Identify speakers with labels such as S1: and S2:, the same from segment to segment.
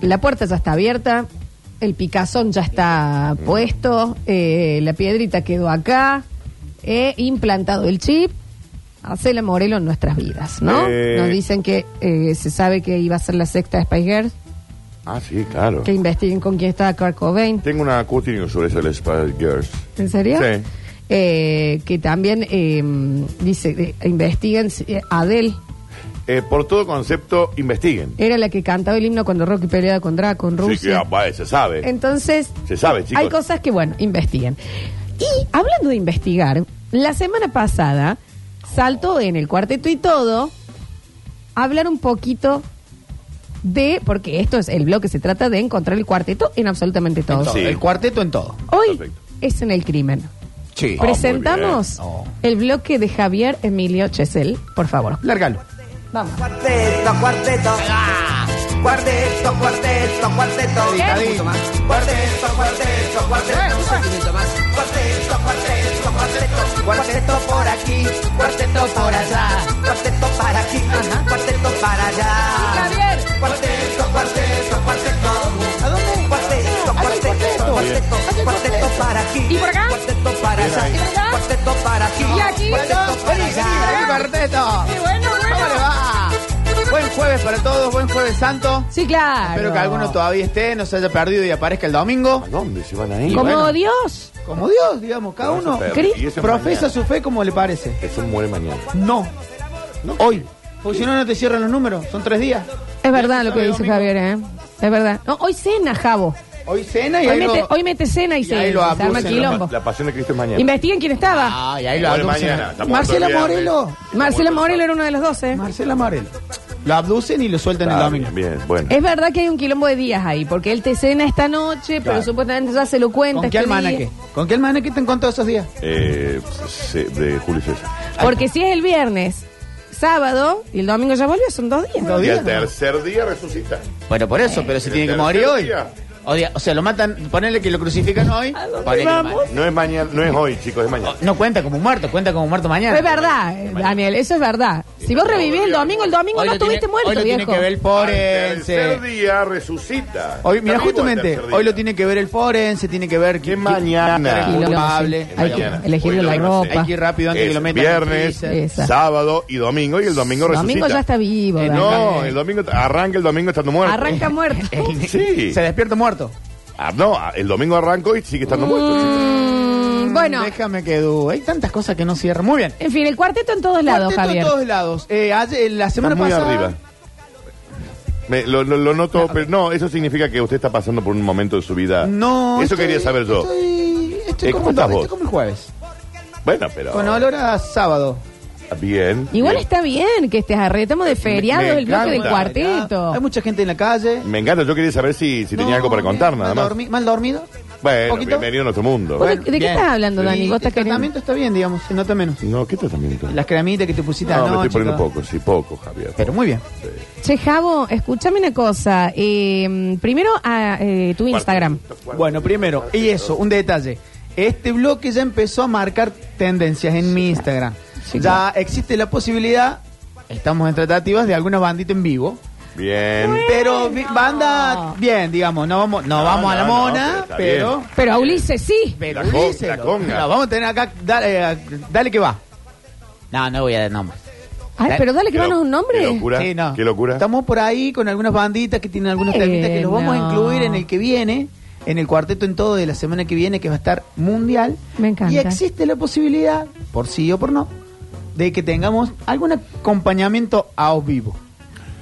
S1: La puerta ya está abierta, el picazón ya está puesto, eh, la piedrita quedó acá, he implantado el chip. Hace la Morelo en nuestras vidas, ¿no?
S2: Eh.
S1: Nos dicen que eh, se sabe que iba a ser la sexta de Spice Girls,
S2: Ah, sí, claro.
S1: que investiguen con quién está Kurt Cobain.
S2: Tengo una cutinio sobre eso de las Spice Girls.
S1: ¿En serio?
S2: Sí.
S1: Eh, que también eh, dice, eh, investiguen, si- eh, Adele
S2: Eh, por todo concepto, investiguen.
S1: era la que cantaba el himno cuando Rocky peleaba con Draco en
S2: Sí, que
S1: Rusia.
S2: ah, vale, se sabe.
S1: Entonces,
S2: Se sabe, chicos.
S1: hay cosas que, bueno, investiguen. Y hablando de investigar, la semana pasada saltó en el cuarteto y todo a hablar un poquito de, porque esto es el blog que se trata de encontrar el cuarteto en absolutamente todo.
S3: En todo,
S2: Sí.
S3: El cuarteto en todo.
S1: Hoy
S2: Perfecto.
S1: es en el crimen.
S3: Sí.
S2: Ah, muy
S1: Presentamos
S3: bien. Oh.
S1: el bloque de Javier Emilio Chesel, por favor.
S3: Lárgalo.
S1: Vamos.
S4: Cuarteto, cuarteto. Cuarteto, cuarteto, cuarteto.
S3: Ahí.
S4: Un poquito más. Cuarteto, cuarteto, cuarteto. Un poquito más. Cuarteto, cuarteto, cuarteto. Cuarteto por aquí, cuarteto por allá. Cuarteto para aquí, cuarteto para allá. Cuarteto, cuarteto, cuarteto. ¿A dónde? Cuarteto, cuarteto, cuarteto. Cuarteto para aquí. ¿Y por acá? Cuarteto para allá. Cuarteto para aquí. ¿Y aquí? Cuarteto para
S3: Vení, vení,
S4: allá.
S3: cuarteto. ¿Cómo le va? Buen jueves para todos, buen jueves santo.
S1: Sí, claro.
S3: Espero que alguno todavía esté, no se haya perdido y aparezca el domingo.
S2: ¿A dónde se van a ir?
S1: Como
S3: bueno.
S1: Dios.
S3: Como Dios, digamos, cada
S2: Lo vas a
S3: uno
S2: perder.
S1: Cristo
S2: Y eso
S3: profesa
S2: mañana.
S3: su fe como le parece.
S2: Eso muere mañana.
S3: No. Hoy. Porque si no, no te cierran los números. Son tres días.
S1: Es verdad lo que
S3: Sábado,
S1: dice
S3: domingo.
S1: Javier, ¿eh? Es verdad. No, hoy cena, Javo.
S3: Hoy cena y
S1: Hoy
S3: ahí
S1: mete,
S3: lo...
S1: hoy mete cena y,
S3: y
S1: se,
S3: ahí lo
S1: se arma
S3: abusan,
S1: quilombo.
S2: La pasión de Cristo es mañana.
S1: Investiguen quién estaba.
S3: Ah, y ahí lo
S2: Muere
S3: abducen.
S2: mañana. Está muerto
S3: Marcela
S2: el viernes.
S3: Morelo.
S1: Marcela Morel era uno de los 12.
S3: Marcela Morelo. Lo abducen y lo sueltan el
S2: Ah,
S3: domingo.
S2: bien, bien, bueno.
S1: Es verdad que hay un quilombo de días ahí, porque él te cena esta noche, pero
S2: Claro.
S1: supuestamente ya se lo cuenta.
S3: ¿Con qué
S1: este día.
S3: almanaque? ¿Con qué almanaque te encontró esos días?
S2: Eh, se- de Julio César.
S1: Porque si es el viernes, sábado y el domingo ya volvió, son dos días.
S3: Dos
S2: Y
S3: días,
S2: el
S3: ¿no?
S2: tercer día resucita.
S3: Bueno, por eso, pero si
S2: Ah, El
S3: tiene que
S2: tercer
S3: morir hoy.
S2: día.
S3: O, día- o sea, lo matan, ponele que lo crucifican hoy. ponele que lo matan.
S2: No es mañana, no es hoy, chicos, es mañana.
S3: No cuenta como muerto, cuenta como muerto mañana.
S1: Es verdad, eh, Daniel, eso es verdad. Si vos revivís el domingo, el domingo
S3: Hoy
S1: no
S3: lo tiene-
S1: estuviste muerto,
S3: Hoy lo
S1: viejo.
S3: tiene que ver el
S2: El tercer
S3: forense.
S2: día resucita.
S3: Hoy,
S2: Está vivo
S3: mira,
S2: el
S3: justamente,
S2: tercer día.
S3: hoy lo tiene que ver el forense, tiene que ver
S2: Es mañana.
S3: el
S1: Quilombo,
S3: culpable.
S1: sí. Hay que
S2: Mañana.
S1: elegir
S2: Hoy
S1: la
S2: lo
S1: ropa.
S2: resucita.
S3: Hay que ir rápido antes
S2: Es
S3: que lo metan en
S2: Viernes,
S3: el
S1: freezer. Esa.
S2: sábado y domingo, y el domingo resucita.
S1: Domingo ya está vivo,
S2: Eh,
S1: Daniel.
S2: no, el domingo arranca el domingo estando muerto.
S1: Arranca muerto.
S2: Sí.
S3: Se despierta muerto.
S2: Ah, no, ah, el domingo arranco y sigue estando muerto. chicos.
S1: Mm, bueno,
S3: Déjame que dudo. Hay tantas cosas que no cierran. Muy bien.
S1: en fin, el cuarteto en todos lados,
S3: Cuarteto
S1: Javier.
S3: de todos lados. Eh, ayer- la
S2: Está
S3: semana
S2: muy
S3: pasada.
S2: arriba. Me- lo, lo- lo noto, pero no, eso significa que usted está pasando por un momento de su vida.
S3: No.
S2: Eso
S3: estoy-
S2: quería saber yo.
S3: Estoy, estoy
S2: Eh,
S3: como,
S2: ¿cómo estás
S3: estoy
S2: vos?
S3: como el jueves.
S2: Bueno, pero.
S3: Con olor a sábado.
S2: Bien.
S1: Igual
S2: bien.
S1: está bien que estés a estamos de feriado
S2: me
S1: el bloque del
S2: encanta.
S1: cuarteto.
S3: Hay mucha gente en la calle.
S2: Me encanta, yo quería saber si, si tenía
S3: No,
S2: algo para contar,
S3: bien,
S2: nada
S3: mal
S2: más.
S3: dormi- ¿Mal dormido?
S2: Bueno,
S3: ¿Poquito?
S2: bienvenido a nuestro mundo.
S1: Bueno. ¿De qué
S3: bien.
S1: estás hablando, Dani?
S3: Sí,
S1: ¿Vos estás
S3: el tratamiento está bien, digamos, se nota menos.
S2: No, ¿qué tratamiento?
S3: Las cremitas que te pusiste
S2: No, me
S3: anoche,
S2: estoy poniendo
S3: todo.
S2: poco, sí, poco, Javier.
S3: Pero muy bien.
S1: Che, Javo, escúchame una cosa. Eh, primero, a, eh, tu Instagram.
S3: Bueno, primero, y eso, un detalle. Este bloque ya empezó a marcar tendencias en mi Instagram.
S1: Sí,
S3: ya existe la posibilidad, estamos en tratativas, de alguna bandita en vivo.
S2: Bien.
S3: Pero vi- banda, bien, digamos, no vamos, no
S2: No,
S3: vamos a
S2: no,
S3: la
S2: no,
S3: mona,
S2: pero está
S3: pero...
S2: bien.
S1: Pero a Ulises sí.
S3: pero
S2: La con-
S3: Ulises,
S2: la
S3: lo-
S2: conga.
S3: la vamos a tener acá, dale, eh, dale que va. No, no voy a dar nombres.
S1: Ay, pero dale que
S2: Qué lo-
S1: manos un
S2: Qué
S1: nombre.
S2: locura.
S3: Sí, no.
S2: Qué locura.
S3: Estamos por ahí con algunas banditas que tienen algunos temitas que los vamos a
S1: Bueno.
S3: incluir en el que viene, en el cuarteto en todo de la semana que viene, que va a estar mundial.
S1: Me encanta.
S3: Y existe la posibilidad, por sí o por no, de que tengamos algún acompañamiento a vivo.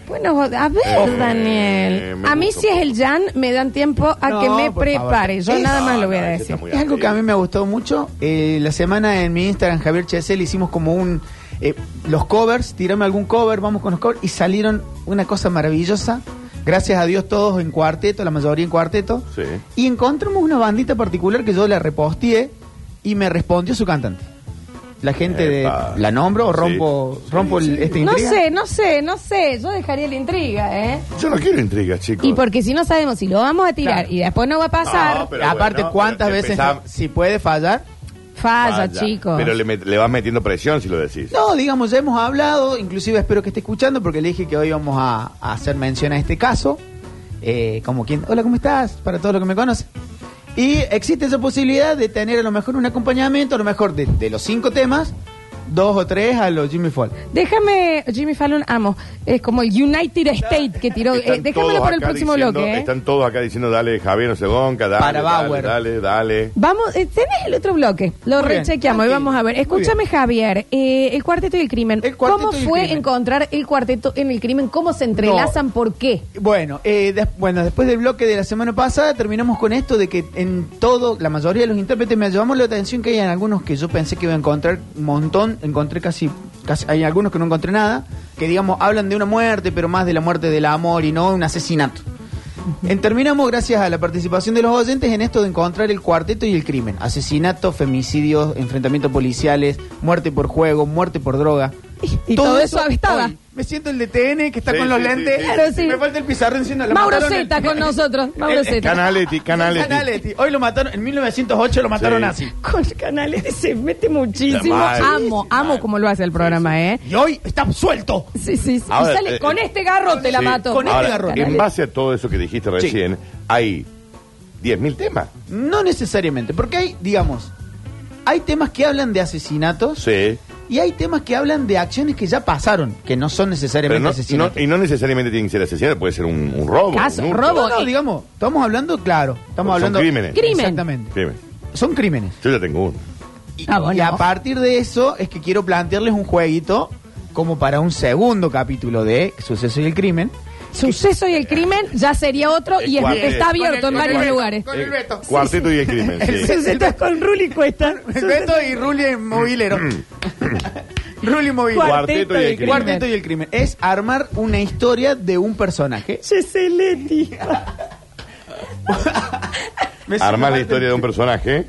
S1: Bueno, a ver,
S2: Eh,
S1: Daniel.
S2: me
S1: A mí
S2: gusta
S1: si
S2: un
S1: es
S2: poco.
S1: el Jan, me dan tiempo a
S3: No,
S1: que me
S3: por favor.
S1: prepare. Yo
S3: Es-
S1: nada más
S2: No,
S1: lo voy a
S2: Ah, no, ese
S1: decir.
S2: está muy
S3: Es algo que a mí
S2: arriba.
S3: me gustó mucho. Eh, la semana en mi Instagram, Javier Chesel, hicimos como un. eh, los covers, tirame algún cover, vamos con los covers. Y salieron una cosa maravillosa. Gracias a Dios, todos en cuarteto, la mayoría en cuarteto.
S2: Sí.
S3: Y encontramos una bandita particular que yo la reposteé y me respondió su cantante. La gente de.
S2: Epa.
S3: ¿La nombro o rompo,
S2: Sí.
S3: rompo el- esta
S1: No
S3: intriga?
S1: sé, no sé, no sé. Yo dejaría la intriga, ¿eh?
S2: Yo no quiero intrigas, chicos.
S1: Y porque si no sabemos si lo vamos a tirar
S3: Claro.
S1: y después no va a pasar,
S2: No, pero-
S3: Aparte,
S2: bueno,
S3: ¿cuántas
S2: pero
S3: veces
S2: empezá-
S3: si puede fallar?
S1: falla,
S2: Vaya.
S1: chicos.
S2: Pero le, met- le vas metiendo presión si lo decís.
S3: No, digamos, ya hemos hablado, inclusive espero que esté escuchando porque le dije que hoy vamos a, a hacer mención a este caso. eh, como quien, hola, ¿cómo estás? Para todos los que me conocen. Y existe esa posibilidad de tener a lo mejor un acompañamiento, a lo mejor de, de los cinco temas, dos o tres a los Jimmy Fall.
S1: Déjame, Jimmy Fallon, amo. Es como el United State que tiró.
S2: Están
S1: Eh, déjamelo
S2: todos
S1: para el
S2: acá
S1: próximo
S2: diciendo-
S1: bloque. ¿eh?
S2: Están todos acá diciendo, dale, Javier, no se gonca, dale.
S3: Para
S2: dale,
S3: Bauer.
S2: Dale, dale.
S1: Vamos, eh, tenés el otro bloque. Lo
S3: Muy bien,
S1: rechequeamos y
S3: ok.
S1: vamos a ver.
S3: Muy
S1: Escúchame,
S3: bien.
S1: Javier, eh, el cuarteto y el crimen.
S3: El cuarteto
S1: ¿Cómo
S3: y el
S1: fue
S3: crimen.
S1: encontrar el cuarteto en el crimen? ¿Cómo se entrelazan? ¿Por qué?
S3: Bueno, eh, des- bueno, después del bloque de la semana pasada terminamos con esto de que en todo, la mayoría de los intérpretes me llamó la atención que hay en algunos que yo pensé que iba a encontrar un montón, encontré casi, casi hay algunos que no encontré nada, que digamos hablan de una muerte, pero más de la muerte del amor y no un asesinato. En- terminamos gracias a la participación de los oyentes en esto de encontrar el cuarteto y el crimen. Asesinatos, femicidios, enfrentamientos policiales, muerte por juego, muerte por droga.
S1: Y- y todo eso avistaba.
S3: hoy. Me siento el de TN que está
S2: Sí,
S3: con los
S2: sí, sí,
S3: lentes.
S2: sí.
S1: Claro, sí.
S3: Me falta el pizarro encima. lo
S1: Mauro
S3: mataron en-
S1: Zeta con nosotros. Mauro
S3: El- el
S1: Zeta.
S2: Canaletti, Canaletti.
S3: Canaletti. Hoy lo mataron, en 1908 lo mataron
S2: Sí.
S3: así.
S1: Con canales se mete muchísimo.
S2: Mal.
S1: Amo, amo como lo hace el programa, ¿eh?
S3: Y hoy está suelto.
S1: Sí, sí, sí.
S2: Ahora,
S1: y sale
S2: eh,
S1: con este garro, te la
S2: Sí.
S1: mato.
S3: Con este
S2: Ahora,
S3: garrote.
S2: En base a todo eso que dijiste recién, hay 10.000 temas.
S3: No necesariamente, porque hay, digamos, hay temas que hablan de asesinatos
S2: Sí.
S3: y hay temas que hablan de acciones que ya pasaron, que no son
S2: Pero
S3: necesariamente
S2: no, no-
S3: asesinatos.
S2: y no necesariamente tienen que ser asesinatos, puede ser un, un robo.
S1: Caso,
S2: un hurto.
S1: robo.
S3: No, no, digamos, estamos hablando, claro,
S2: Son
S3: estamos hablando...
S2: crímenes.
S1: Crimen.
S3: Exactamente.
S2: Crimen.
S3: Son crímenes.
S2: Yo ya tengo uno.
S3: Y,
S1: Ah, bueno.
S3: y a partir de eso es que quiero plantearles un jueguito como para un segundo capítulo de Suceso y el Crimen.
S1: Suceso y el crimen ya sería otro y es-
S2: Eh, Cuarteto.
S1: está abierto en
S2: Con el-
S1: varios
S2: con el-
S1: lugares.
S3: Con el Beto.
S2: Cuarteto y el crimen. sí.
S1: Suceso con Ruli Cuesta.
S3: El Beto y Ruli en movilero. Ruli en movilero.
S2: Cuarteto y el crimen.
S3: Cuarteto y el crimen. Es armar una historia de un personaje.
S1: Ceseletti.
S3: Me siento
S2: Armar
S3: mal
S2: la historia de un personaje.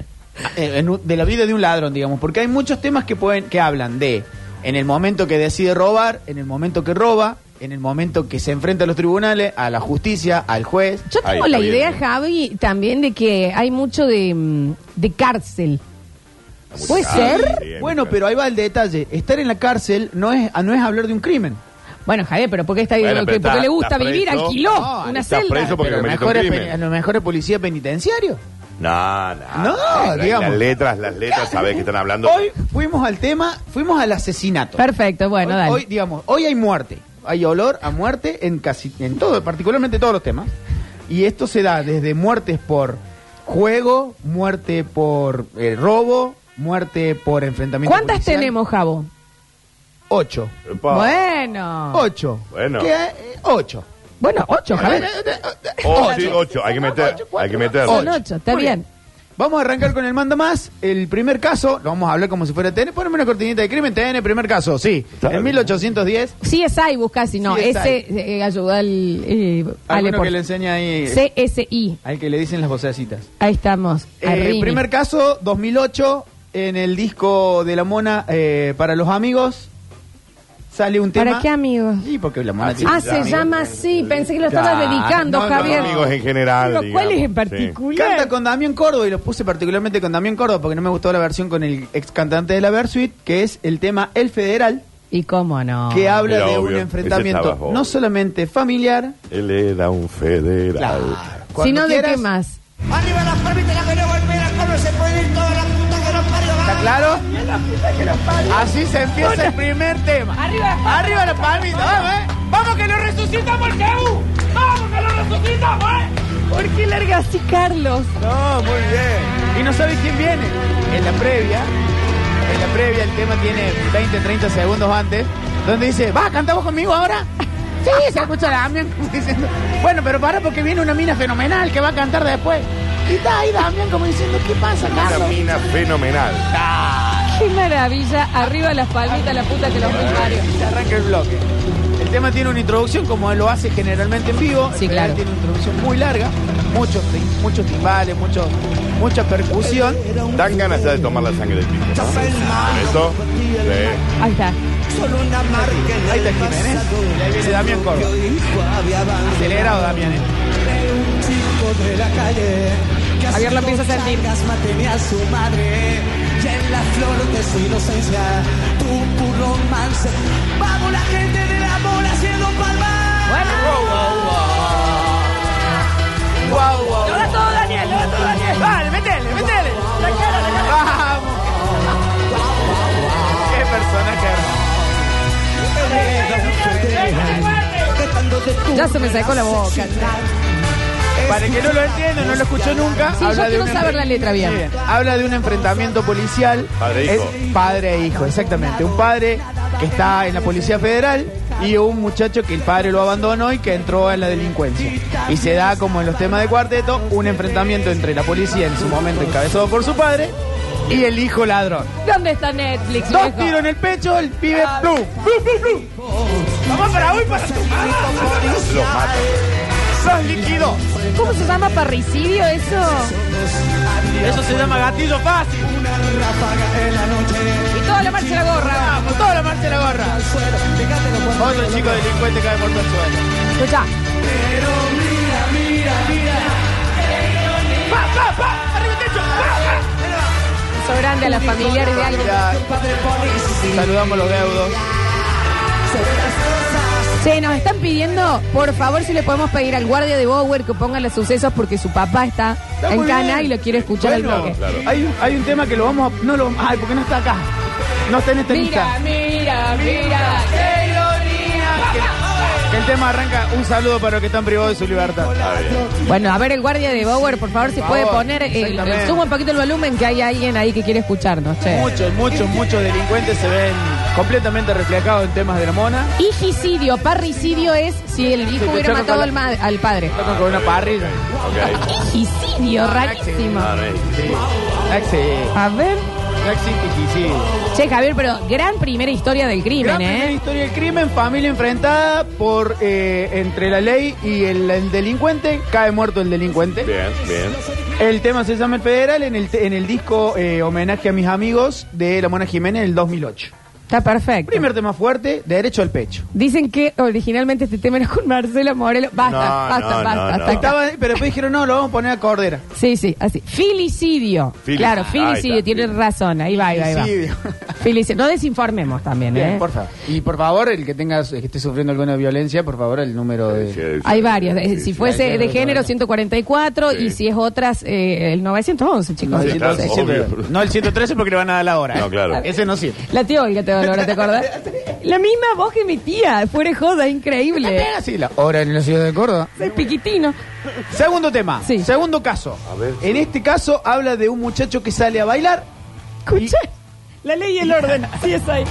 S3: Eh, en un- de la vida de un ladrón, digamos, porque hay muchos temas que pueden que hablan de en el momento que decide robar, en el momento que roba, en el momento que se enfrenta a los tribunales, a la justicia, al juez.
S1: Yo tengo
S2: Ahí,
S1: la
S2: está bien,
S1: idea,
S2: bien.
S1: Javi, también de que hay mucho de, mm, de cárcel. ¿Puede
S2: Ah,
S1: ser?
S2: sí, hay
S3: Bueno,
S2: muchas-
S3: pero ahí va el detalle. Estar en la cárcel no es ah, no es hablar de un crimen.
S1: Bueno, Javier, pero ¿por qué está,
S2: Bueno, pero
S1: que-
S2: está-
S1: porque le gusta
S2: está
S1: vivir?
S2: preso.
S1: Alquiló
S3: No,
S1: una
S2: está
S1: celda.
S2: preso porque
S3: Pero a lo
S2: cometió un
S3: mejor es,
S2: crimen.
S3: pe- a lo mejor es policía penitenciario.
S2: No, no.
S3: No,
S2: La-
S3: digamos.
S2: Las letras, las letras, sabés que están hablando.
S3: Hoy fuimos al tema, fuimos al asesinato.
S1: Perfecto, bueno,
S3: hoy,
S1: dale.
S3: hoy, digamos, hoy hay muerte. Hay olor a muerte en casi en todo, particularmente todos los temas. Y esto se da desde muertes por juego, muerte por eh, robo, muerte por enfrentamiento.
S1: ¿Cuántas
S3: policial.
S1: tenemos, Javo?
S3: Ocho.
S2: Epa.
S1: Bueno.
S3: Ocho.
S2: Bueno.
S3: ¿Qué, eh, ocho. Eh,
S1: Bueno, ocho, Javier.
S2: Oh, sí, ocho. Hay que meter. hay que meter.
S1: Son
S3: ocho.
S1: ocho, está
S3: Muy
S1: bien.
S3: bien. Vamos a arrancar con el manda más. El primer caso, lo vamos a hablar como si fuera TN. Poneme una cortinita de crimen, TN, primer caso, sí.
S2: Está
S3: En
S2: bien.
S3: 1810.
S1: CSI busca, si no,
S3: CSI.
S1: ese eh, ayudó al... eh, Ale,
S3: Alguno
S1: por-
S3: que le enseña ahí.
S1: CSI,
S3: Al que le dicen las vocecitas.
S1: ahí estamos.
S3: El
S1: Arrini.
S3: Eh, primer caso, 2008, en el disco de la mona eh, para los amigos, sale un tema.
S1: ¿Para qué amigos?
S3: Sí, porque la mona
S2: Ah,
S3: tiene-
S1: Ah, se
S2: Amigo.
S1: llama así, pensé que lo
S3: Claro.
S1: estabas dedicando,
S3: No, no,
S1: Javier.
S2: Los amigos en general.
S1: Pero, ¿Cuál es en
S2: digamos, sí.
S3: Ah,
S1: particular?
S3: Canta con Damián Córdoba y lo puse particularmente con Damián Córdoba porque no me gustó la versión con el ex cantante de la Versuit, que es el tema El Federal,
S1: ¿Y cómo no?
S3: que habla
S2: era
S3: de
S2: Ah, obvio,
S3: un
S2: ese estaba
S3: enfrentamiento
S2: joven.
S3: no solamente familiar,
S2: Él era un federal.
S3: cuando
S1: Sino de
S3: quieras.
S1: qué más.
S4: Arriba las permítanlas que no golpeen cómo se puede ir toda la puta que nos parió.
S3: ¿Está claro? Así se empieza el primer tema.
S5: Arriba.
S3: Arriba la palmita, vamos, eh.
S5: ¡Vamos que lo resucitamos, Chau! ¡Vamos que lo resucitamos, eh!
S1: ¿Por qué larga así, Carlos?
S3: No, muy bien. Y no sabes quién viene. En la previa, en la previa el tema tiene 20, 30 segundos antes, donde dice, va, cantamos conmigo ahora. Sí, se escucha la Damián como diciendo, bueno, pero para porque viene una mina fenomenal que va a cantar después. Y está ahí Damián como diciendo, ¿qué pasa,
S2: Una
S3: Carlos?
S2: mina fenomenal.
S1: ¡Qué maravilla! Arriba las palmitas, la puta que los mil parió.
S3: Se arranca el bloque. El tema tiene una introducción como lo hace generalmente en vivo.
S1: Sí,
S3: El
S1: claro.
S3: Tiene una introducción muy larga, muchos, tim- muchos timbales, mucho, mucha percusión.
S2: Dan ganas ya de tomar la sangre del tipo. ¿no? Con esto. sí.
S1: Ahí está.
S4: Solo una marca en
S3: Ahí
S4: el
S3: está Jiménez.
S4: pasado.
S3: Y ahí viene Damián Córdoba.
S4: Yo y Fabia van
S3: Acelerado, Damián. ¿eh?
S4: de un chico de la calle que
S1: Javier la empieza a sentir.
S4: fantasma tenía a su madre y en la flor de su inocencia tu romance. Vamos la gente del amor haciendo palmas.
S1: Bueno. Ya se me secó la boca.
S3: Para el que no lo entienda, no lo escuchó nunca.
S1: Sí, yo quiero
S3: un
S1: saber
S3: enfren-
S1: la letra bien.
S3: Muy Habla de un enfrentamiento policial.
S2: Padre e
S3: Es
S2: hijo.
S3: padre e hijo, exactamente. Un padre que está en la Policía Federal y un muchacho que el padre lo abandonó y que entró en la delincuencia. Y se da, como en los temas de cuarteto, un enfrentamiento entre la policía, en su momento encabezado por su padre, y el hijo ladrón.
S1: ¿Dónde está Netflix?
S3: Dos
S1: viejo?
S3: tiros en el pecho, el pibe
S1: Ah,
S3: plum.
S5: Vamos para hoy, para tu
S2: Los mata.
S3: ¡Sos líquido!
S1: ¿Cómo se llama parricidio eso?
S3: Eso se llama gatillo fácil.
S1: Y toda la marcha de la gorra.
S3: Con toda la marcha de la gorra. Otro chico delincuente cae por todo el suelo.
S1: Escucha.
S5: ¡Pa, pa, pa! ¡Arriba el techo! ¡Pa,
S1: Beso grande a las familiares de alguien.
S3: Ya, saludamos los deudos.
S1: Che, nos están pidiendo, por favor, si le podemos pedir al guardia de Bower que ponga los sucesos porque su papá está,
S3: Está
S1: en
S3: muy
S1: cana
S3: bien.
S1: y lo quiere escuchar al
S3: Bueno,
S1: bloque.
S2: Claro.
S3: Hay, un- hay un tema que lo vamos a. No lo, ay, porque no está acá. No está en esta
S1: Mira,
S3: lista.
S1: mira, mira.
S3: Que el tema arranca. Un saludo para los que están privados de su libertad.
S2: Ah, bien.
S1: Bueno, a ver, el guardia de Bower, por favor, si
S3: Por
S1: puede
S3: favor,
S1: poner. El,
S3: exactamente.
S1: suma un poquito el volumen que hay alguien ahí que quiere escucharnos, che.
S3: Muchos, muchos, muchos delincuentes se ven completamente reflejados en temas de la mona.
S1: Hijicidio, parricidio es si el hijo
S3: te
S1: hubiera
S3: choca
S1: matado
S3: con
S1: al,
S3: la-
S1: ma- al padre.
S3: Tocan con una parrilla.
S2: Ok.
S1: Hijicidio, rarísimo.
S2: Ah, no es-
S3: Sí. Taxi.
S1: A ver.
S3: Taxi, sí.
S1: Che, Javier, pero gran primera historia del crimen,
S3: Gran primera
S1: ¿eh?
S3: historia del crimen, familia enfrentada por eh, entre la ley y el, el delincuente, cae muerto el delincuente.
S2: Bien, bien.
S3: El tema se llama El Federal en el, te- en el disco eh, Homenaje a mis amigos de La Mona Jiménez en el 2008.
S1: Está perfecto.
S3: Primer tema fuerte, derecho al pecho.
S1: Dicen que originalmente este tema era con Marcela Morelos. Basta,
S2: No,
S1: basta, basta.
S2: no, no,
S1: hasta
S2: no.
S1: acá.
S3: Estaba, pero después dijeron, no, lo vamos a poner a cordera.
S1: Sí, sí, así. Filicidio.
S2: Fili-
S1: Claro,
S2: Ah,
S1: filicidio,
S2: ahí está,
S1: tiene
S2: fili-
S1: razón. Ahí va, ahí va, ahí
S3: Filicidio.
S1: va. Filicidio. No desinformemos también, ¿eh?
S3: Bien, por favor. Y por favor, el que tenga, que esté sufriendo alguna violencia, por favor, el número
S2: Sí,
S3: de...
S2: sí,
S1: Hay
S2: sí.
S1: varios. Eh,
S2: Sí,
S1: Si
S2: sí.
S1: fuese de
S3: claro,
S1: género, 144.
S2: Sí.
S1: Y si es otras, eh, el 911, chicos.
S2: Sí, claro,
S1: Entonces,
S2: obvio.
S3: No el 113 porque le van a dar la hora.
S2: No, claro.
S3: Ese no sirve.
S1: La tía Olga te va a lograr, ¿te acordás? La misma voz que mi tía. Fuera de joda, increíble.
S3: Era así la hora en la ciudad de Córdoba.
S1: Soy piquitino.
S3: Segundo tema,
S1: Sí.
S3: segundo caso.
S2: A ver.
S3: En este caso habla de un muchacho que sale a bailar
S1: Escuché. La ley y el orden. Sí, es ahí.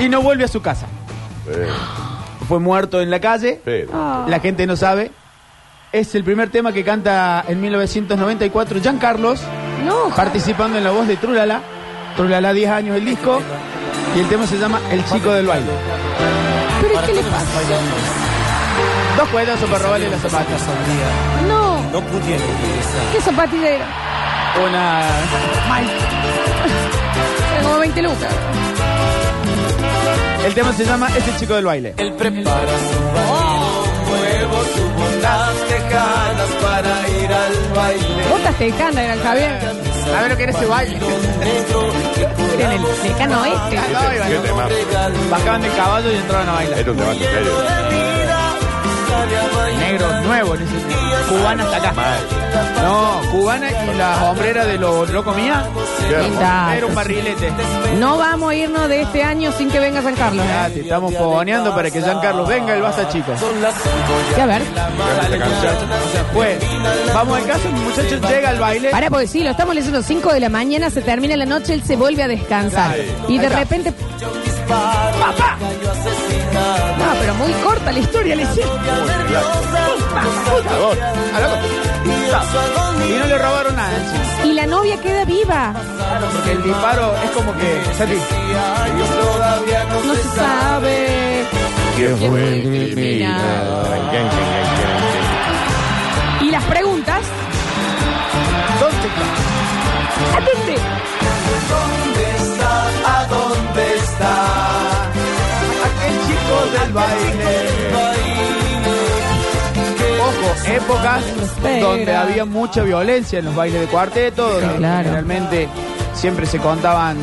S3: y no vuelve a su casa.
S2: Bien.
S3: Fue muerto en la calle.
S2: Pero,
S3: La gente no sabe. Es el primer tema que canta en 1994 Jean Carlos,
S1: No,
S3: participando en la voz de Trulala. Trulala 10 años el disco. Y el tema se llama El chico del baile.
S1: pero ¿qué le pasa?
S3: Dos cuadrazos para robarle las zapatas.
S1: No. No ¿Qué zapatillero?
S3: Una.
S1: Era como 20 lucas.
S3: El tema se llama Es el chico del baile.
S6: Él prepara su baile, muevo su bondad tejanas para ir al baile.
S1: Botas tecana eran Javier.
S3: A ver lo que era ese baile.
S6: Negro que por
S1: Eran el tecano oeste.
S2: este- qué tema.
S6: regalo
S3: Bajaban del caballo y entraban a bailar.
S2: Este es un tema en serio.
S6: sale a bailar.
S3: Negro, nuevo, en ese- cubana hasta acá.
S2: Mal.
S3: No, cubana y la hombrera de lo, lo comía.
S2: Qué hermoso.
S1: Linda.
S3: Era un barrilete.
S1: No vamos a irnos de este año sin que venga San Carlos.
S3: Ya,
S1: ¿eh?
S3: te estamos fogoneando para que Jean Carlos venga el basta chico.
S6: Son las cinco
S1: Sí, a ver.
S2: Esta canción.
S3: Pues, vamos al caso, el muchacho llega al baile.
S1: Pará, porque sí, lo estamos leyendo 5 de la mañana, se termina la noche, él se vuelve a descansar. Y de repente. ¡Papá! No, pero muy corta la historia, le hicieron.
S2: Muy relax.
S3: A loco. Y no le robaron nada encima.
S1: Y la novia queda viva.
S3: Porque el disparo es como que. Santi,
S1: No se sabe.
S2: ¿Quién
S1: fue
S2: fue
S1: el
S2: el
S1: criminal?
S2: criminal?
S1: Y las preguntas.
S3: ¿dónde está?
S1: Atente.
S6: ¿Dónde está? ¿A dónde está?
S3: Aquel chico del baile. Ojo, épocas donde había mucha violencia en los bailes de cuarteto, donde
S1: Claro.
S3: generalmente siempre se contaban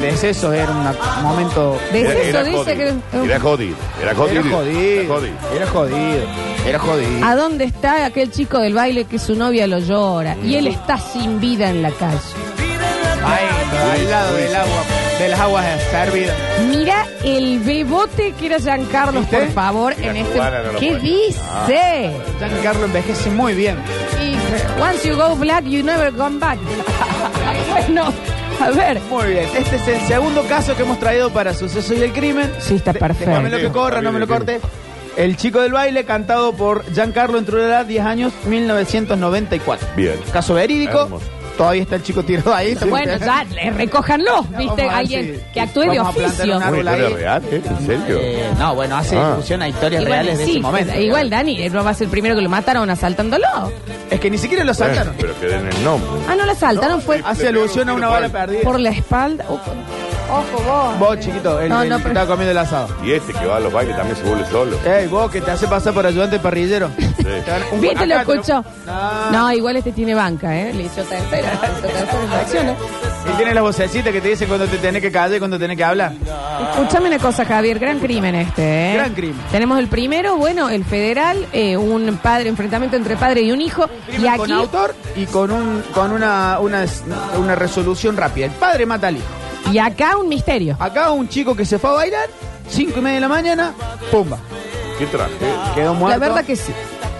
S3: decesos, era una- un momento
S1: Deceso
S2: Era
S1: dice
S2: jodido.
S1: que. oh,
S2: Era jodido. Era
S3: Era
S2: jodido. Era
S3: jodido.
S2: jodido.
S3: Era jodido. Era jodido.
S1: ¿A dónde está aquel chico del baile que su novia lo llora? Y él está sin vida en la calle.
S3: Ahí, al lado del agua. de las aguas servidas.
S1: Mira el bebote que era Giancarlo,
S3: ¿Viste?
S1: por favor,
S2: Mira,
S1: en este.
S2: Cubana no lo Ah.
S1: ¿Qué
S2: pone.
S1: dice?
S3: Giancarlo envejece muy bien.
S1: Dice, Once you go black, you never come back. bueno, a ver.
S3: Muy bien. Este es el segundo caso que hemos traído para Suceso y el Crimen.
S1: Sí, está
S3: De-
S1: perfecto.
S3: Déjame lo que corra, no me lo corte. El chico del baile, cantado por Giancarlo en edad 10 años, 1994.
S2: Bien.
S3: Caso verídico.
S2: Hermoso.
S3: Todavía está el chico tirado ahí.
S1: Bueno, ya, eh, recójanlo, ¿viste?
S3: Vamos a ver
S1: Alguien
S3: si-
S1: que actúe de
S3: vamos a plantar
S1: oficio.
S3: un árbol.
S2: ¿Una historia
S3: ahí.
S2: real? ¿eh? ¿En serio?
S3: Eh, no, bueno, hace
S2: Ah.
S3: difusión a historias
S1: Y bueno,
S3: reales de
S1: sí,
S3: ese momento.
S1: Igual, Dani, eh, no va a ser el primero que lo mataron asaltándolo.
S3: Es que ni siquiera lo
S2: Bueno,
S3: saltaron.
S2: pero que den el nombre.
S1: Ah, no lo asaltaron, fue
S3: Hace alusión a una bala perdida.
S1: por la espalda. Ojo, ojo vos.
S3: Vos, chiquito, el,
S1: No,
S3: el
S1: no,
S3: que
S1: pero-
S3: estaba comiendo el asado.
S2: Y este que va a los bailes también se vuelve solo.
S3: Ey, vos, que te hace pasar por ayudante parrillero. Te van- un-
S1: ¿Viste? Lo
S3: acá te-
S1: escuchó.
S3: No.
S1: No, igual este tiene banca, ¿eh? Le hizo tercera, le hizo tercera infracción, ¿eh?
S3: Y tiene las vocecitas que te dicen cuando te tenés que callar y cuando tenés que hablar.
S1: Escúchame una cosa, Javier, gran crimen este, ¿eh?
S3: Gran crimen.
S1: Tenemos el primero, bueno, el federal, eh, un padre, enfrentamiento entre padre y un hijo. y
S3: Crimen
S1: aquí,
S3: con autor y con un con una, una, una resolución rápida. El padre mata al hijo.
S1: y acá un misterio.
S3: Acá un chico que se fue a bailar, cinco y media de la mañana, pumba.
S2: ¿Qué traje?
S3: Quedó muerto.
S1: La verdad que sí.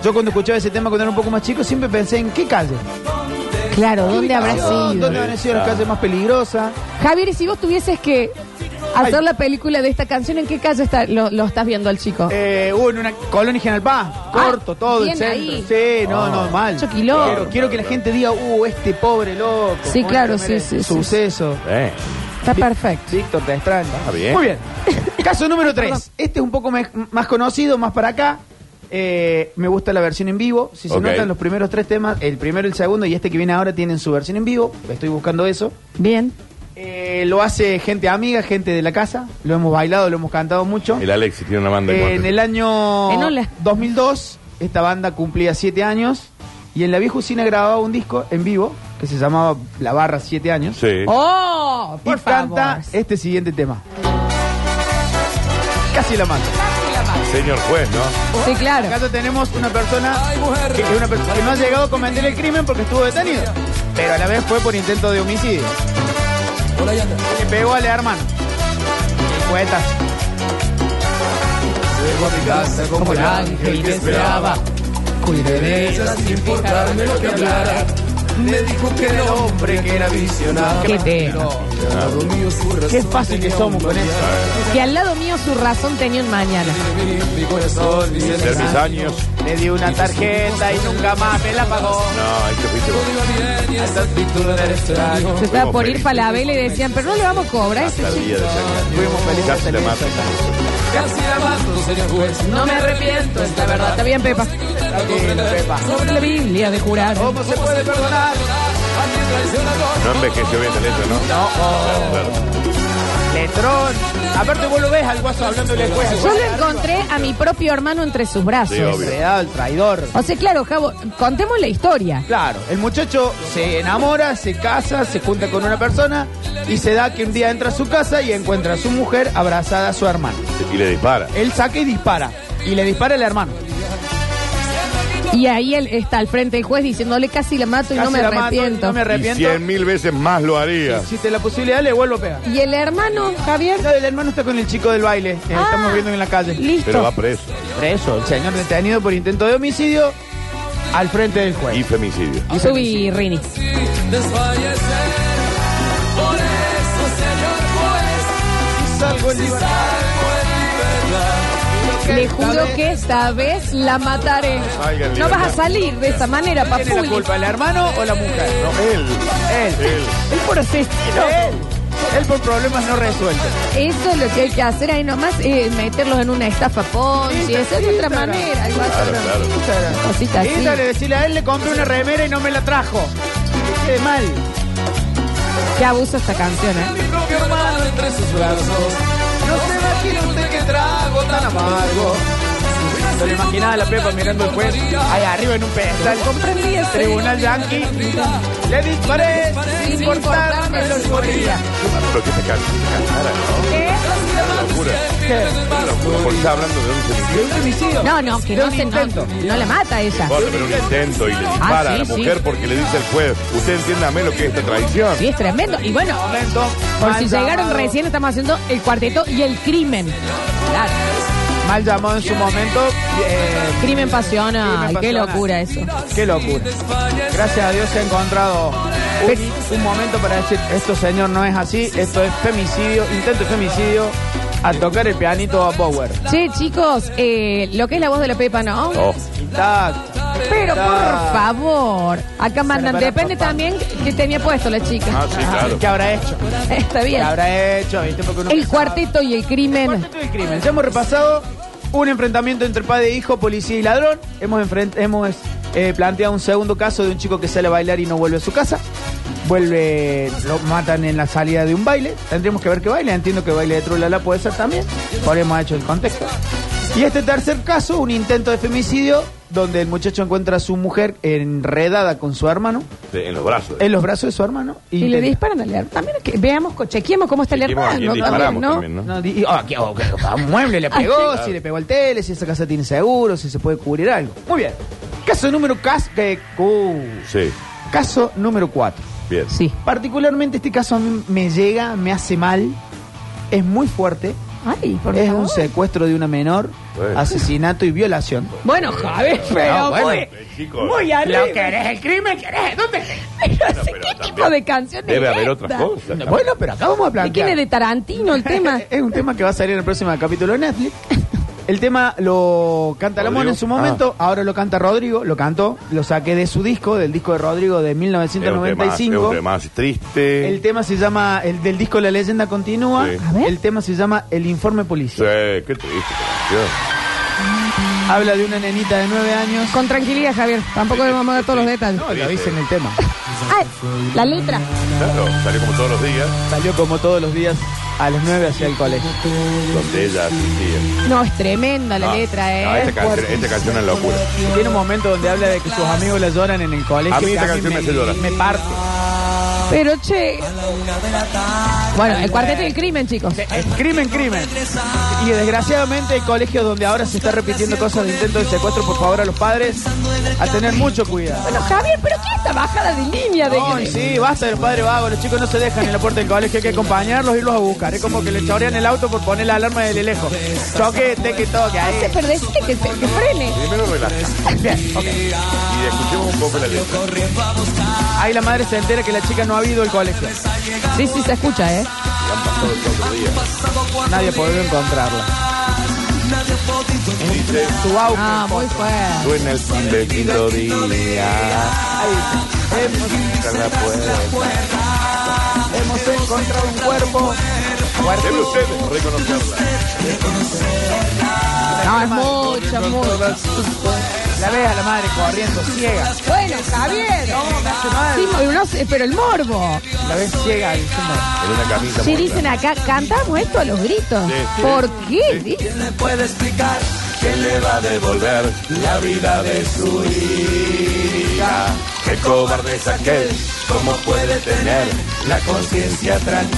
S3: Yo cuando escuchaba ese tema cuando era un poco más chico, siempre pensé en qué calle.
S1: Claro, ¿dónde habrá
S3: ubicación?
S1: sido?
S3: ¿Dónde habrán sido las calles más peligrosas?
S1: Javier, y si vos tuvieses que hacer
S3: Ay.
S1: la película de esta canción, ¿en qué calle está, lo, lo estás viendo al chico?
S3: Eh, hubo en una colonia General Paz, corto, todo el
S1: Ah, bien
S3: centro.
S1: ahí.
S3: Sí, no, no, mal.
S1: Mucho quilombo.
S3: Quiero, quiero que la gente diga, uh, este pobre loco.
S1: Sí,
S3: Bueno,
S1: claro,
S3: mira,
S1: sí, sí, sí.
S3: Suceso.
S2: Eh,
S1: está perfecto.
S3: Víctor, te extraño.
S2: Ah, bien.
S3: Muy bien. Caso número 3. Este es un poco me- más conocido, más para acá. Eh, me gusta la versión en vivo. Si se
S2: Ok.
S3: notan los primeros tres temas, el primero, el segundo y este que viene ahora tienen su versión en vivo. Estoy buscando eso.
S1: Bien.
S3: Eh, lo hace gente amiga, gente de la casa. Lo hemos bailado, lo hemos cantado mucho.
S2: el Alexis tiene una banda. de
S3: Eh, en
S2: cuatro.
S3: el año
S1: En Ola.
S3: 2002, esta banda cumplía 7 años y en la vieja usina grababa un disco en vivo que se llamaba La Barra 7 años.
S2: Sí.
S1: ¡Oh!
S3: y
S1: Por favor.
S3: canta este siguiente tema. Casi la mano.
S2: Señor juez, ¿no?
S1: Sí, claro.
S3: Acá tenemos una persona, que, una persona que no ha llegado a cometer el crimen porque estuvo detenido, pero a la vez fue por intento de homicidio. Le pegó a la hermano. Poetas.
S6: Llego a mi casa como el ángel que esperaba. Cuidé de ella sin importarme lo que hablara. Me dijo que era hombre, que era visionario.
S1: Qué tema.
S6: Al lado mío su razón
S3: Qué fácil que
S6: tenía
S3: somos
S6: un
S3: con eso.
S1: Que al lado mío su razón tenía un mañana.
S6: vivir, mi corazón, mis
S2: De mis
S6: entrañas.
S2: años.
S3: Le di una tarjeta y nunca más me la pagó.
S2: No, este fuiste vos.
S6: Todo iba bien y esa actitud era extraña.
S1: Se estaba por ir
S2: felices.
S1: para la vela y decían, pero no le vamos a cobrar a ese
S2: La
S1: chico.
S2: vida de ser. Fuimos felices. Casi la mata.
S6: Casi la mato, señor juez.
S1: No me arrepiento, es la verdad. Está bien, Pepa.
S3: Pepa.
S1: Sobre la Biblia de jurar.
S3: ¿Cómo se puede perdonar?
S6: A quien traicionador.
S2: No envejeció bien el hecho, ¿no? No.
S3: Letrón. Aparte vos lo ves al guaso hablándole después. al
S1: Yo
S3: guaso.
S1: lo encontré a mi propio hermano entre sus
S2: Sí,
S1: brazos.
S2: obvio.
S3: Enredado, el traidor.
S1: O sea, claro, Javo, contemos la historia.
S3: Claro, el muchacho se enamora, se casa, se junta con una persona y se da que un día entra a su casa y encuentra a su mujer abrazada a su hermano.
S2: Y le dispara.
S3: Él saca y dispara. Y le dispara al hermano.
S1: Y ahí él está al frente del juez diciéndole casi la mato y
S3: Casi
S1: no me
S3: la mato,
S1: arrepiento.
S3: no me
S2: Y
S3: arrepiento.
S2: cien mil veces más lo haría.
S3: Si te la posibilidad le vuelvo a pegar.
S1: Y el hermano, Javier,
S3: No, el hermano está con el chico del baile. que
S1: Ah.
S3: Estamos viendo en la calle.
S2: Pero
S1: listo.
S2: va preso.
S3: Preso, el señor detenido por intento de homicidio al frente del juez.
S2: Y femicidio.
S1: Subí, Rini.
S6: desfallecer. Por eso, señor juez,
S3: salgo en
S6: si salgo en libertad,
S1: Le juro que esta vez la mataré.
S2: Salga en
S1: No vas a
S2: libertad.
S1: salir de esa manera,
S3: ¿Tiene la
S1: papuli.
S3: culpa, el hermano o la mujer?
S2: No, él.
S3: Él.
S2: Él.
S3: Él por asesino. Él. Él por problemas no resueltos.
S1: Eso es lo que hay que hacer ahí nomás, eh, meterlos en una estafa Ponzi. Esa es otra
S3: Instagram.
S1: manera. algo así.
S2: Claro, claro.
S1: Cosita así.
S3: Y dale, decirle a él le compré una remera y no me la trajo. Qué mal.
S1: Qué abuso esta canción, ¿eh?
S6: mi propio hermano entre sus brazos.
S3: No se imagina usted que trago tan amargo.
S6: Si hubiera Se lo imaginaba la Pepa mirando el juez. Ahí arriba en un pedestal.
S1: Comprendí ese.
S6: Tribunal Yankee. Le disparé sin cortarme los moría.
S2: Lo que se can- se cantara, ¿no?
S1: ¿Qué?
S2: Una locura. Una locura. Porque está hablando de un
S6: De
S2: femicidio.
S6: un homicidio.
S1: No, no, que
S6: De
S1: no
S6: un
S1: se no,
S6: intento.
S1: no la mata ella.
S2: Bueno, pero un intento y le dispara a la
S1: Ah, sí,
S2: mujer
S1: sí.
S2: porque le dice el juez, usted entiéndame lo que es esta traición.
S1: Sí, es tremendo. Y bueno,
S6: Momento
S1: por
S6: mal
S1: si llegaron
S6: llamado.
S1: recién, estamos haciendo el cuarteto y el crimen. Claro.
S6: Mal llamado en su momento. eh,
S1: Crimen
S6: crimen
S1: pasional. Qué
S6: pasional.
S1: locura eso.
S6: Qué locura. Gracias a Dios se ha encontrado un, un momento para decir, esto señor no es así, esto es femicidio, intento de femicidio, a tocar el pianito a Power.
S1: Che, chicos, eh, lo que es la voz de la Pepa, ¿no?
S2: Oh.
S6: Tac.
S1: Pero por favor, acá mandan.
S6: Pero, pero,
S1: Depende
S6: papá.
S1: también que tenía puesto la
S2: Ah,
S1: chica.
S2: sí, claro.
S6: ¿Qué habrá hecho?
S1: Está
S6: ¿Qué
S1: bien.
S6: habrá hecho? ¿Viste? Porque uno
S1: El
S6: pensaba-
S1: cuarteto y el crimen.
S6: Cuarteto del crimen.
S3: Ya hemos repasado un enfrentamiento entre padre e hijo, policía y ladrón. Hemos, enfren- hemos eh, planteado un segundo caso de un chico que sale a bailar y no vuelve a su casa. Vuelve, lo matan en la salida de un baile. Tendremos que ver qué baile. Entiendo que baile de Trulala puede ser también. Podríamos haber hecho el contexto. Y este tercer caso, un intento de femicidio, donde el muchacho encuentra a su mujer enredada con su hermano,
S2: De- En los brazos.
S3: en los brazos de su hermano.
S1: Y le
S3: intenta-
S1: disparan al hermano. También que veamos, co- chequeemos cómo está el
S2: Dijimos, ¿a quién
S1: hermano.
S2: disparamos
S1: ¿no?
S2: también, no?
S3: No, di- ah, que- oh, que- a un mueble le pegó,
S2: Claro.
S3: si le pegó al tele, si esa casa tiene seguro, si se puede cubrir algo. Muy bien. Caso número cas que- uh,
S2: Sí,
S3: caso número 4.
S2: bien.
S1: Sí.
S3: Particularmente este caso a mí me llega, me hace mal, es muy fuerte,
S1: Ay, por
S3: es
S1: favor.
S3: un secuestro de una menor,
S2: Bueno.
S3: asesinato y violación.
S1: Bueno, Javier, pero
S3: No, bueno,
S1: muy,
S2: eh, chicos.
S1: muy arriba.
S6: Lo que eres el crimen, que eres, ¿dónde?
S1: Pero, sé
S2: pero
S1: ¿qué
S2: también
S1: tipo de canciones
S2: Debe
S1: es
S2: haber
S1: esta?
S2: otras cosas.
S3: Bueno, pero acá vamos a
S1: ¿De quién
S3: plantear.
S1: es de Tarantino el tema?
S3: Es un tema que va a salir en el próximo capítulo de Netflix. El tema lo canta Lamón
S2: ¿Rodrigo? Ah.
S3: en su momento, ahora lo canta Rodrigo, lo cantó, lo saqué de su disco, del disco de Rodrigo de
S2: Es un tema- es
S3: 1995.
S2: un tema más triste.
S3: El tema se llama, el del disco La leyenda continúa,
S2: Sí.
S1: A ver.
S3: el tema se llama El informe
S2: Sí,
S3: policial.
S2: qué triste. canción.
S3: Habla de una nenita de nueve años.
S1: Con tranquilidad, Javier. Tampoco le vamos a dar todos los detalles.
S3: No, lo dice en el tema.
S1: Ah, la letra.
S2: Claro, salió como todos los días,
S3: Salió como todos los días a las nueve hacia el colegio.
S2: donde ella asistía.
S1: No, es tremenda la letra,
S2: Ah, No,
S1: ¿eh?
S2: esta, canción, esta canción es locura.
S3: Y Tiene un momento donde habla de que sus amigos la lloran en el colegio.
S2: A mí
S3: que
S2: esta canción me hace llorar.
S3: Me parte.
S1: Pero che. Bueno, el cuarteto y el crimen, chicos.
S3: Es crimen, crimen. Y desgraciadamente hay colegios donde ahora se está repitiendo cosas de intento de secuestro, por favor, a los padres, a tener mucho cuidado.
S1: Bueno, Javier, pero ¿qué es esta bajada de línea de.?
S3: Ay, sí, basta de los padres vagos, los chicos no se dejan en la puerta del colegio, hay que acompañarlos, irlos a buscar. Es como que le chorean el auto por poner la alarma desde lejos. Choque, teque, toque, ahí.
S1: Pero decirle que, se- que frene.
S2: Primero relaja
S3: Bien, ok.
S2: y escuchemos un poco la letra.
S3: Ahí la madre se entera que la chica no ha habido al colegio.
S1: Sí, sí, se escucha, ¿eh?
S3: Nadie ha podido encontrarla.
S2: Dice,
S3: Su auto.
S1: Ah, muy fuerte.
S2: suena el fin del quinto día.
S3: Ahí. Hemos,
S2: toca la puerta.
S3: hemos encontrado un cuerpo.
S2: Debe usted reconocerla.
S1: No, es mucho, mucho.
S3: La ve a la madre corriendo, ciega.
S1: Bueno, Javier. Sí, pero, no sé, pero el morbo.
S3: La ve ciega diciendo.
S2: En una camisa.
S1: Sí,
S2: muerta.
S1: dicen acá, cantamos esto a los gritos.
S2: Sí, sí.
S1: ¿Por qué?
S2: Sí.
S1: Dice.
S2: que le va a devolver la vida de su hija. Qué cobarde es aquel, cómo puede tener la conciencia tranquila.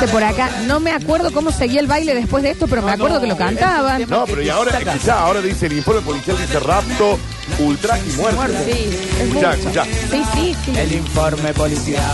S1: Dice por acá, no me acuerdo cómo seguía el baile después de esto, pero me acuerdo que lo cantaban.
S2: No, pero y ahora, eh, quizá ahora dice el informe policial dice rapto, ultraje y muerte.
S1: Sí, es
S2: Escuchá,
S1: mucho.
S2: escuchá.
S1: Sí, sí, sí.
S3: El informe policial.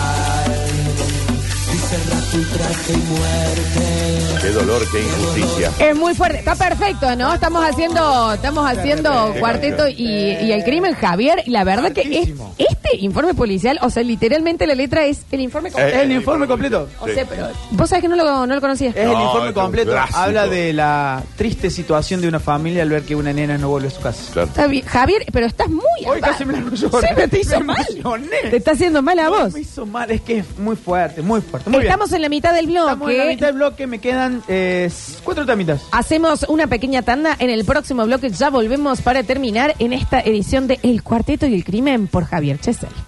S2: Qué dolor, qué injusticia.
S1: Es muy fuerte, está perfecto, ¿no? Estamos haciendo, estamos haciendo cuarteto y, y el crimen, Javier, y la verdad que es-
S3: Hartísimo.
S1: este informe policial, o sea, literalmente la letra es el informe completo.
S2: Eh,
S3: El informe completo.
S1: O sea, pero vos sabés que no lo, no lo conocías.
S3: Es el
S2: No,
S3: informe
S2: es un
S3: completo.
S2: clásico.
S3: Habla de la triste situación de una familia al ver que una nena no vuelve a su casa.
S2: Claro.
S1: Está bien. Javier, pero estás muy...
S3: Hoy
S1: apa-
S3: casi me la lloré.
S1: Sí, pero te hizo
S3: Me
S1: mal.
S3: emocioné.
S1: Te está haciendo mal a vos.
S3: Me hizo mal, es que es muy fuerte, muy fuerte. Muy bien.
S1: Estamos en la mitad del bloque.
S3: Estamos en la mitad del bloque, me quedan eh, cuatro tamitas.
S1: Hacemos una pequeña tanda en el próximo bloque. Ya volvemos para terminar en esta edición de El Cuarteto y el Crimen por Javier Chesel.